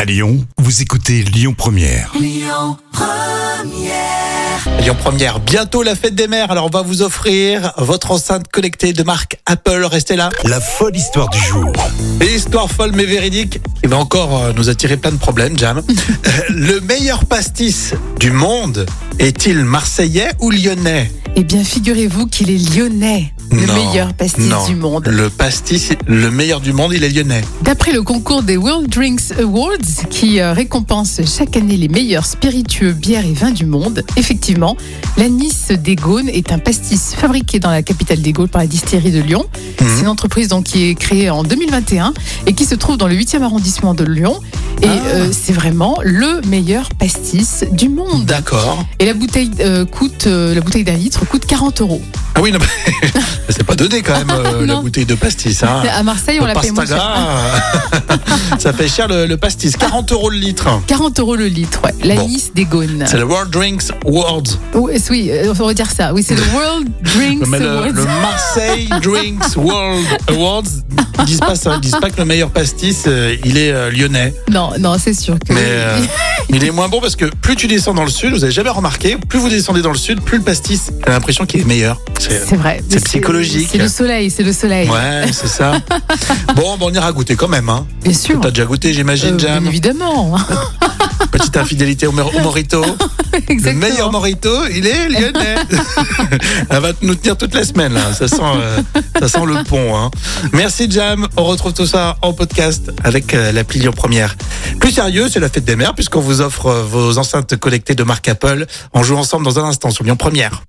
À Lyon, vous écoutez Lyon Première. Lyon Première, bientôt la fête des mères. Alors on va vous offrir votre enceinte connectée de marque Apple. Restez là. La folle histoire du jour. Et histoire folle mais véridique qui va encore euh, nous attirer plein de problèmes, Jam. Euh, Le meilleur pastis du monde est-il marseillais ou lyonnais Eh bien, figurez-vous qu'il est lyonnais, le Non, meilleur pastis non. du monde. Le pastis, le meilleur du monde, il est lyonnais. D'après le concours des World Drinks Awards, qui euh, récompense chaque année les meilleurs spiritueux, bières et vins du monde, effectivement, l'anis des Gaunes est un pastis fabriqué dans la capitale des Gaules par la distillerie de Lyon. Mhm. C'est une entreprise donc qui est créée en 2021 et qui se trouve dans le 8e arrondissement de Lyon. Ah. Et euh, c'est vraiment le meilleur pastis du monde. D'accord. Et la bouteille euh, coûte, euh, la bouteille d'un litre coûte 40 euros. Ah oui, non, mais c'est pas donné quand même euh, la Non. bouteille de pastis. Hein. À Marseille, on Le la paye moins cher. pastaga, ça fait cher le, le pastis. 40 euros le litre. 40 euros le litre, ouais. L'anis des Gaunes. C'est le World Drinks Awards. Oui, c'est- oui, euh, on va dire ça. Oui, c'est le World Drinks Mais le, Awards. le Marseille Drinks World Awards ils disent pas ça, ils disent pas que le meilleur pastis euh, il est euh, lyonnais, Non, non, c'est sûr que. mais euh, il est moins bon parce que plus tu descends dans le sud, vous avez jamais remarqué, plus vous descendez dans le sud, plus le pastis, t'as l'impression qu'il est meilleur. C'est- C'est vrai. euh, c'est psychologique. C'est le soleil, c'est le soleil. Ouais, c'est ça. Bon, bah, on ira goûter quand même. Hein. Bien sûr. T'as déjà goûté, j'imagine, Euh, Jam. bien évidemment. Petite infidélité au, mor- au Morito. Le Exactement. meilleur Morito, il est lyonnais. Elle va nous tenir toute la semaine, là. Ça sent, euh, ça sent le pont. hein. Merci, Jam. On retrouve tout ça en podcast avec euh, l'appli Lyon Première. Plus sérieux, c'est la fête des mères, puisqu'on vous offre euh, vos enceintes collectées de marque Apple. On joue ensemble dans un instant sur Lyon Première.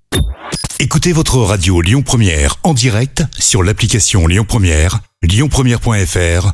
Écoutez votre radio Lyon Première en direct sur l'application Lyon Première, lyonpremière.fr